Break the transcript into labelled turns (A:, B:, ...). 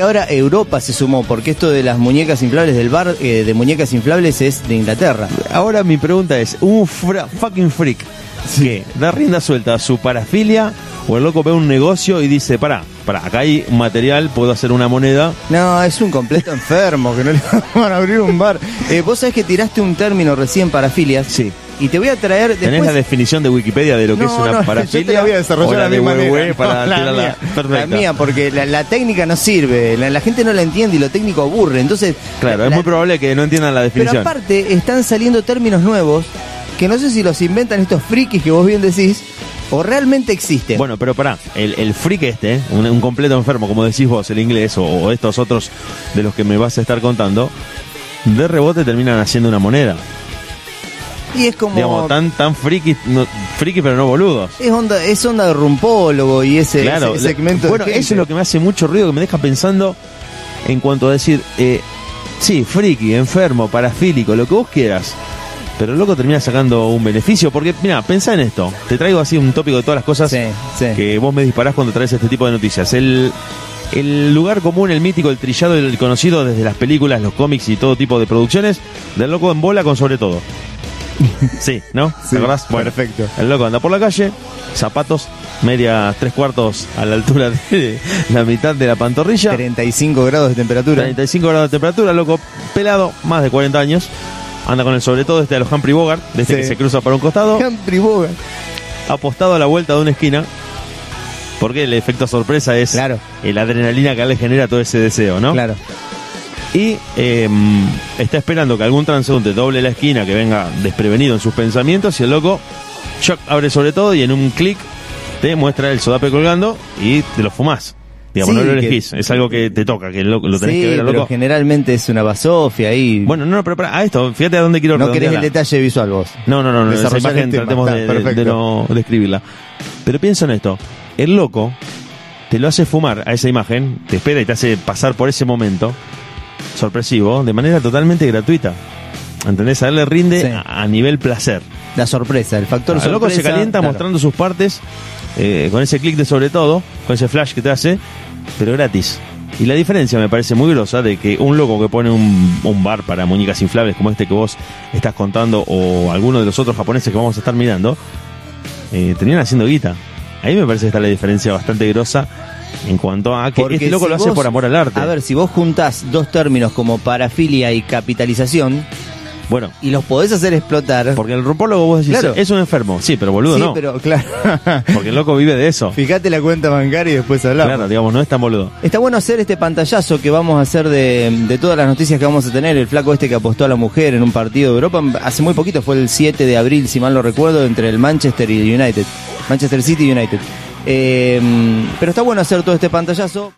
A: Ahora Europa se sumó, porque esto de las muñecas inflables del bar eh, de muñecas inflables es de Inglaterra.
B: Ahora mi pregunta es, un fra- fucking freak que da rienda suelta a su parafilia o el loco ve un negocio y dice, pará, pará, acá hay un material, puedo hacer una moneda.
A: No, es un completo enfermo que no le van a abrir un bar. Eh, Vos sabés que tiraste un término recién para filias.
B: Sí.
A: Y te voy a traer después.
B: ¿Tenés la definición de Wikipedia de lo que
A: No, no,
B: es una
A: yo te la
B: parafilia?
A: voy a desarrollar
B: O la
A: de
B: de
A: mi manera.
B: Huehue
A: No, la
B: para tirarla.
A: mía. La
B: Perfecta.
A: mía, porque la, la técnica no sirve. La, la gente no la entiende y lo técnico aburre. Entonces.
B: Claro,
A: la-
B: es muy
A: la-
B: probable que no entiendan la
A: Pero
B: definición.
A: aparte, están saliendo términos nuevos que no sé si los inventan estos frikis que vos bien decís o realmente existen.
B: Bueno, pero pará, el, el freak este, un, un completo enfermo, como decís vos, el inglés o, o estos otros de los que me vas a estar contando, de rebote terminan haciendo una moneda.
A: y es como.
B: Digamos, tan, tan friki, no- friki pero no boludos.
A: Es onda, es onda de rumpólogo y ese,
B: claro,
A: ese segmento. de
B: bueno,
A: gente.
B: eso es lo que me hace mucho ruido, que me deja pensando en cuanto a decir, eh, sí, friki, enfermo, parafílico, lo que vos quieras. Pero el loco termina sacando un beneficio, porque mira, pensá en esto. Te traigo así un tópico de todas las cosas
A: Sí, sí.
B: que vos me disparás cuando traes este tipo de noticias. El, el lugar común, el mítico, el trillado, el conocido desde las películas, los cómics y todo tipo de producciones, del loco en bola con sobre todo. Sí, ¿no?
A: Sí,
B: ¿Te acordás?
A: perfecto.
B: El loco anda por la calle, zapatos, media tres cuartos a la altura de la mitad de la pantorrilla.
A: 35 grados de temperatura.
B: 35 grados de temperatura, loco pelado, más de 40 años. Anda con el sobre todo este a los Humphrey Bogart, desde
A: Sí.
B: que se cruza para un costado
A: Humphrey Bogart.
B: apostado a la vuelta de una esquina. Porque el efecto sorpresa es
A: Claro.
B: la adrenalina que a él le genera todo ese deseo, ¿no?
A: Claro.
B: Y eh, está esperando que algún transeúnte doble la esquina, que venga desprevenido en sus pensamientos, y el loco shock, abre sobre todo y en un clic te muestra el sodape colgando y te lo fumás. Digamos,
A: Sí,
B: no lo
A: que-
B: elegís, es algo que te toca, que lo, lo tenés
A: sí,
B: que ver al
A: pero
B: loco.
A: generalmente es una basofia ahí.
B: Bueno, no, no, pero para, a esto, fíjate a dónde quiero
A: no querés el
B: redondearla.
A: detalle visual vos.
B: No, no, no, no esa
A: Desarrollar el
B: imagen
A: tema,
B: tratemos
A: está,
B: de, de-
A: perfecto.
B: de no describirla. Pero pienso en esto. El loco te lo hace fumar a esa imagen, te espera y te hace pasar por ese momento sorpresivo de manera totalmente gratuita. ¿Entendés? A él le rinde
A: Sí.
B: a, a nivel placer.
A: La sorpresa, el factor
B: El
A: sorpresa.
B: loco se calienta
A: claro.
B: mostrando sus partes eh, con ese clic de sobre todo, con ese flash que te hace, pero gratis. Y la diferencia me parece muy grosa de que un loco que pone un, un bar para muñecas inflables como este que vos estás contando o alguno de los otros japoneses que vamos a estar mirando, eh, terminan haciendo guita. Ahí me parece que está la diferencia bastante grosa en cuanto a que
A: Porque
B: este loco
A: si
B: lo hace
A: vos-
B: por amor al arte.
A: A ver, si vos juntás dos términos como parafilia y capitalización
B: bueno,
A: y los podés hacer explotar.
B: porque el rupólogo vos decís,
A: Claro.
B: es un enfermo. Sí, pero boludo
A: sí,
B: no.
A: pero claro.
B: Porque el loco vive de eso.
A: Fijate la cuenta bancaria y después hablamos.
B: Claro, digamos, no es tan boludo.
A: Está bueno hacer este pantallazo que vamos a hacer de, de todas las noticias que vamos a tener. El flaco este que apostó a la mujer en un partido de Europa hace muy poquito, fue el 7 de abril, si mal no recuerdo, entre el Manchester y el United. Manchester City y United. Eh, pero está bueno hacer todo este pantallazo.